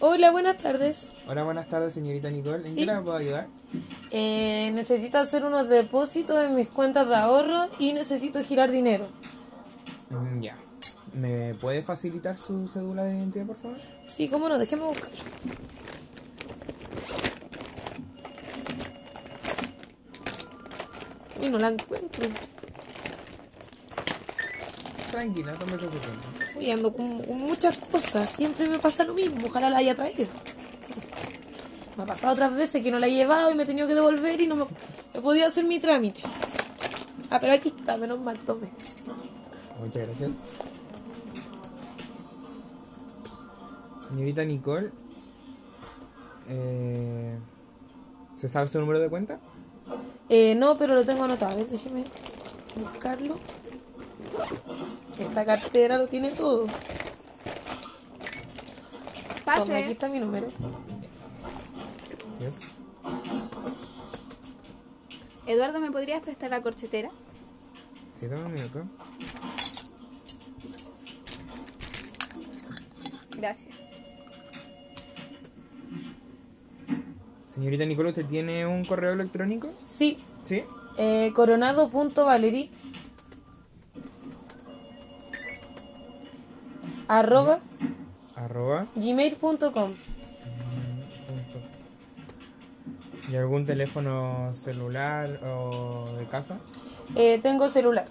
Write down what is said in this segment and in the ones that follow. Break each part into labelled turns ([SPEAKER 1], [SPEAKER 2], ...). [SPEAKER 1] Hola, buenas tardes.
[SPEAKER 2] Hola, buenas tardes, señorita Nicole. ¿En
[SPEAKER 1] Sí.
[SPEAKER 2] qué la puedo ayudar?
[SPEAKER 1] Eh, necesito hacer unos depósitos en mis cuentas de ahorro y necesito girar dinero.
[SPEAKER 2] Mm, ya. ¿Me puede facilitar su cédula de identidad, por favor?
[SPEAKER 1] Sí, cómo no, déjeme buscarlo. Uy, no la encuentro.
[SPEAKER 2] Tranquila, tómese su tiempo.
[SPEAKER 1] Uy, ando con, con muchas cosas. Siempre me pasa lo mismo. Ojalá la haya traído. Me ha pasado otras veces que no la he llevado y me he tenido que devolver y no me he podido hacer mi trámite. Ah, pero aquí está, menos mal, tome.
[SPEAKER 2] Muchas gracias. Señorita Nicole, eh, ¿se sabe su número de cuenta?
[SPEAKER 1] Eh, no, pero lo tengo anotado. A ver, déjeme buscarlo. Esta cartera lo tiene todo. Toma, aquí
[SPEAKER 3] Pase.
[SPEAKER 1] está mi número.
[SPEAKER 2] Así es.
[SPEAKER 3] Eduardo, ¿me podrías prestar la corchetera?
[SPEAKER 2] Sí, dame un minuto.
[SPEAKER 3] Gracias.
[SPEAKER 2] Señorita Nicole, ¿usted tiene un correo electrónico?
[SPEAKER 1] Sí,
[SPEAKER 2] Sí.
[SPEAKER 1] eh, coronado.valery arroba
[SPEAKER 2] Arroba.
[SPEAKER 1] gmail.com
[SPEAKER 2] punto. ¿Y algún teléfono celular o de casa?
[SPEAKER 1] Eh, tengo celular.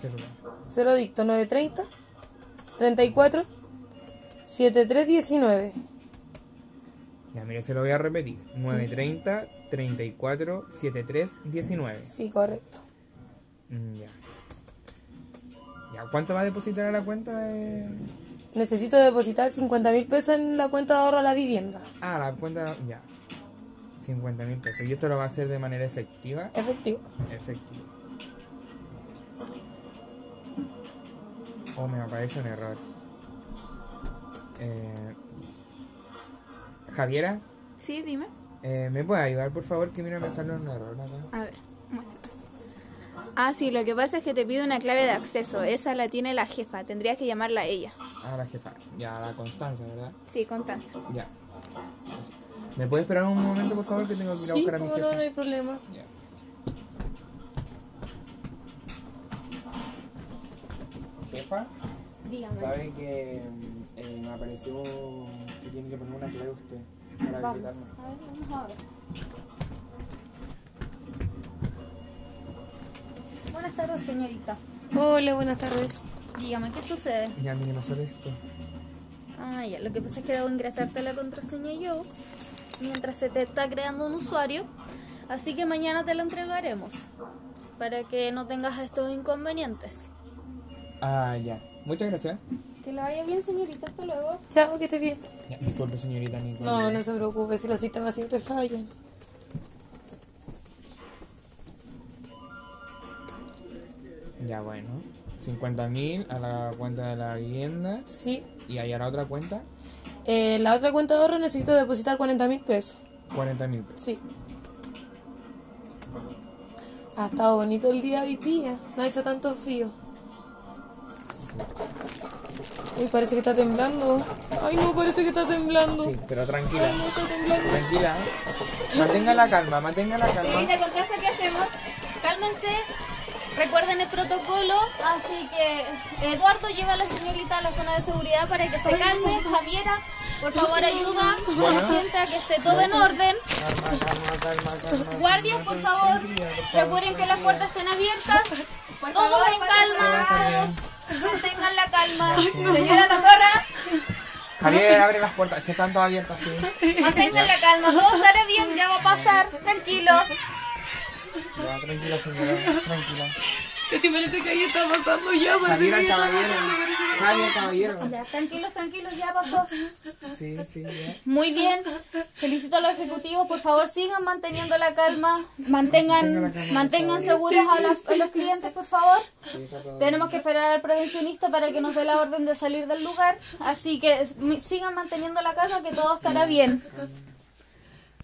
[SPEAKER 2] Celular.
[SPEAKER 1] Se lo dicto 930 34 7319.
[SPEAKER 2] Ya, mire, se lo voy a repetir. 930 34 73 19.
[SPEAKER 1] Sí, correcto.
[SPEAKER 2] Mm, Ya. ya. ¿Cuánto va a depositar a la cuenta de.?
[SPEAKER 1] Necesito depositar 50 mil pesos en la cuenta de ahorro a la vivienda.
[SPEAKER 2] Ah, la cuenta. Ya. 50 mil pesos. ¿Y esto lo va a hacer de manera efectiva?
[SPEAKER 1] Efectivo.
[SPEAKER 2] Efectiva. Oh, me aparece un error. Eh, Javiera,
[SPEAKER 3] Sí, dime.
[SPEAKER 2] eh, ¿me puede ayudar por favor? Que mira, me sale un error acá.
[SPEAKER 3] A ver. muéstrame. Ah, sí, lo que pasa es que te pido una clave de acceso. Esa la tiene la jefa. Tendrías que llamarla a ella.
[SPEAKER 2] Ah, la jefa. Ya, la Constanza, ¿verdad?
[SPEAKER 3] Sí, Constanza.
[SPEAKER 2] Ya. ¿Me puede esperar un momento, por favor? Que tengo que ir a
[SPEAKER 1] Sí,
[SPEAKER 2] buscar a mi
[SPEAKER 1] cómo
[SPEAKER 2] jefa.
[SPEAKER 1] no, no hay problema.
[SPEAKER 2] Ya. Jefa,
[SPEAKER 3] Dígame.
[SPEAKER 2] sabe que mm, eh, me apareció que tiene que poner una clave usted para habilitarme.
[SPEAKER 3] vamos a ver.
[SPEAKER 4] Buenas tardes, señorita.
[SPEAKER 1] Hola, buenas tardes.
[SPEAKER 4] Dígame, ¿qué sucede?
[SPEAKER 2] Ya, mire, me sale esto.
[SPEAKER 4] Ah, ya, lo que pasa es que debo ingresarte la contraseña yo mientras se te está creando un usuario. Así que mañana te la entregaremos para que no tengas estos inconvenientes.
[SPEAKER 2] Ah, ya. Muchas gracias.
[SPEAKER 4] Que la vaya bien, señorita. Hasta luego.
[SPEAKER 1] Chao, que estés bien.
[SPEAKER 2] Ya, disculpe, señorita Nicole.
[SPEAKER 1] No, no se preocupe, si los sistemas siempre fallan.
[SPEAKER 2] Ya, bueno. 50.000 a la cuenta de la vivienda
[SPEAKER 1] Sí.
[SPEAKER 2] y ahí a la otra cuenta,
[SPEAKER 1] Eh, la otra cuenta de ahorro necesito depositar 40 mil pesos.
[SPEAKER 2] 40.000 pesos.
[SPEAKER 1] Sí. Ha estado bonito el día hoy día. No ha hecho tanto frío. Uy, parece que está temblando. Ay, no, parece que está temblando.
[SPEAKER 2] Sí, pero
[SPEAKER 1] Ay,
[SPEAKER 2] tranquila.
[SPEAKER 1] no, está temblando.
[SPEAKER 2] Tranquila. Mantenga la calma, mantenga la calma.
[SPEAKER 3] Señorita Constanza, ¿qué hacemos?
[SPEAKER 4] Cálmense. Recuerden el protocolo, así que Eduardo lleva a la señorita a la zona de seguridad para que se calme. Javiera, por favor, ayuda. Sienta que esté todo en orden.
[SPEAKER 2] Calma, calma, calma, calma.
[SPEAKER 4] Guardias, por favor, procuren que las puertas estén abiertas. Todos en calma, todos mantengan la calma.
[SPEAKER 3] Señora Locorra,
[SPEAKER 2] Javier, abre las puertas, si están todas abiertas, sí.
[SPEAKER 4] Mantengan la calma, todo estará bien, ya va a pasar. Tranquilos.
[SPEAKER 2] Ya, tranquila, señora, tranquila.
[SPEAKER 1] Es que parece que ahí está pasando ya, parece que
[SPEAKER 2] Javier,
[SPEAKER 1] ahí
[SPEAKER 2] el
[SPEAKER 1] está
[SPEAKER 2] caballero.
[SPEAKER 1] pasando.
[SPEAKER 2] Javier, el caballero.
[SPEAKER 4] Ya, tranquilos, tranquilos, ya pasó.
[SPEAKER 2] Sí, sí, ya.
[SPEAKER 4] Muy bien. Felicito a los ejecutivos. Por favor, sigan manteniendo la calma. Mantengan, mantengan seguros a, las- a los clientes, por favor. Tenemos que esperar al prevencionista para que nos dé la orden de salir del lugar. Así que s- mi- sigan manteniendo la calma, que todo estará bien.